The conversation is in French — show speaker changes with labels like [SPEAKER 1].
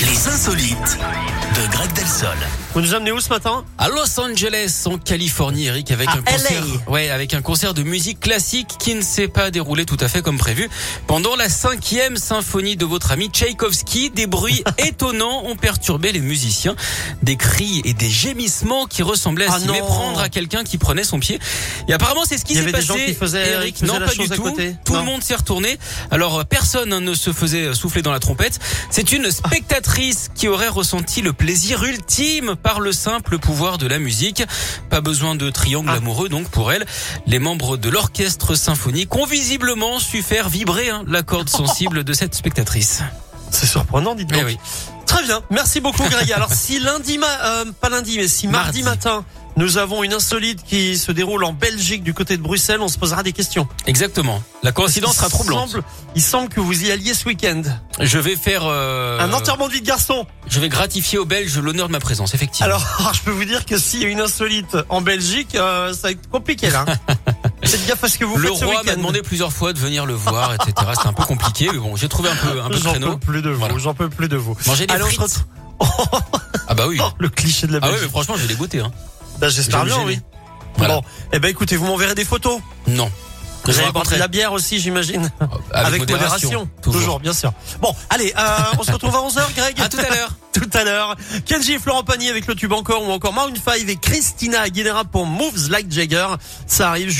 [SPEAKER 1] Les insolites de Greg Delsol.
[SPEAKER 2] Vous nous emmenez où ce matin
[SPEAKER 3] À Los Angeles, en Californie, Eric, avec
[SPEAKER 2] À
[SPEAKER 3] un concert,
[SPEAKER 2] LA.
[SPEAKER 3] ouais, avec un concert de musique classique qui ne s'est pas déroulé tout à fait comme prévu. Pendant la cinquième symphonie de votre ami Tchaïkovski, des bruits étonnants ont perturbé les musiciens, des cris et des gémissements qui ressemblaient à
[SPEAKER 2] Ah
[SPEAKER 3] s'y
[SPEAKER 2] non.
[SPEAKER 3] méprendre à quelqu'un qui prenait son pied. Et apparemment, c'est ce qui
[SPEAKER 2] Il y
[SPEAKER 3] s'est
[SPEAKER 2] avait des
[SPEAKER 3] passé.
[SPEAKER 2] gens qui faisaient-
[SPEAKER 3] Eric,
[SPEAKER 2] qui faisaient
[SPEAKER 3] non,
[SPEAKER 2] la
[SPEAKER 3] pas du
[SPEAKER 2] chose à
[SPEAKER 3] tout.
[SPEAKER 2] côté.
[SPEAKER 3] Tout
[SPEAKER 2] Non.
[SPEAKER 3] le monde s'est retourné. Alors, euh, personne ne se faisait souffler dans la trompette. C'est une spectatrice qui aurait ressenti le plaisir ultime par le simple pouvoir de la musique. Pas besoin de triangle
[SPEAKER 2] Ah.
[SPEAKER 3] amoureux, donc, pour elle. Les membres de l'orchestre symphonique ont visiblement su faire vibrer hein, la corde sensible de cette spectatrice.
[SPEAKER 2] C'est surprenant, dites-moi.
[SPEAKER 3] Eh oui.
[SPEAKER 2] Très bien, merci beaucoup Greg. Alors si lundi, ma- euh, pas lundi, mais si mardi,
[SPEAKER 3] Mardi.
[SPEAKER 2] matin, nous avons une insolite qui se déroule en Belgique du côté de Bruxelles, on se posera des questions.
[SPEAKER 3] Exactement. La coïncidence sera
[SPEAKER 2] Il
[SPEAKER 3] troublante.
[SPEAKER 2] semble- il semble que vous y alliez ce week-end.
[SPEAKER 3] Je vais faire. euh,
[SPEAKER 2] Un enterrement de vie de garçon.
[SPEAKER 3] Je vais gratifier aux Belges l'honneur de ma présence, effectivement.
[SPEAKER 2] Alors, je peux vous dire que s'il y a une insolite en Belgique, euh, ça va être compliqué là. Faites gaffe à ce que vous
[SPEAKER 3] le
[SPEAKER 2] faites ce
[SPEAKER 3] roi m'a
[SPEAKER 2] week-end.
[SPEAKER 3] demandé plusieurs fois de venir le voir, etc. C'était un peu compliqué, mais bon, j'ai trouvé un peu un peu de
[SPEAKER 2] J'en
[SPEAKER 3] créneau.
[SPEAKER 2] peux plus de vous,
[SPEAKER 3] Voilà.
[SPEAKER 2] j'en peux plus de vous.
[SPEAKER 3] Manger des
[SPEAKER 2] Allez, on se
[SPEAKER 3] frites.
[SPEAKER 2] retrouve-
[SPEAKER 3] Ah bah oui.
[SPEAKER 2] Oh, le cliché de la
[SPEAKER 3] Ah oui,
[SPEAKER 2] Belgique.
[SPEAKER 3] mais franchement, je vais les goûter. Hein.
[SPEAKER 2] Bah,
[SPEAKER 3] Je
[SPEAKER 2] J'espère
[SPEAKER 3] vais me
[SPEAKER 2] bien,
[SPEAKER 3] gêner.
[SPEAKER 2] oui.
[SPEAKER 3] Voilà.
[SPEAKER 2] Bon, eh ben écoutez, vous m'enverrez des photos.
[SPEAKER 3] Non. Je
[SPEAKER 2] Vous
[SPEAKER 3] vous
[SPEAKER 2] avez
[SPEAKER 3] raconterai
[SPEAKER 2] porté la bière aussi, j'imagine.
[SPEAKER 3] avec, modération.
[SPEAKER 2] Toujours.
[SPEAKER 3] Toujours.
[SPEAKER 2] bien sûr. Bon, allez, euh, on se retrouve à 11h, Greg.
[SPEAKER 3] À tout à l'heure.
[SPEAKER 2] tout à l'heure. Kenji et Florent Pagny avec le tube encore ou encore Maroon 5 et Christina Aguilera pour Moves Like Jagger. Ça arrive.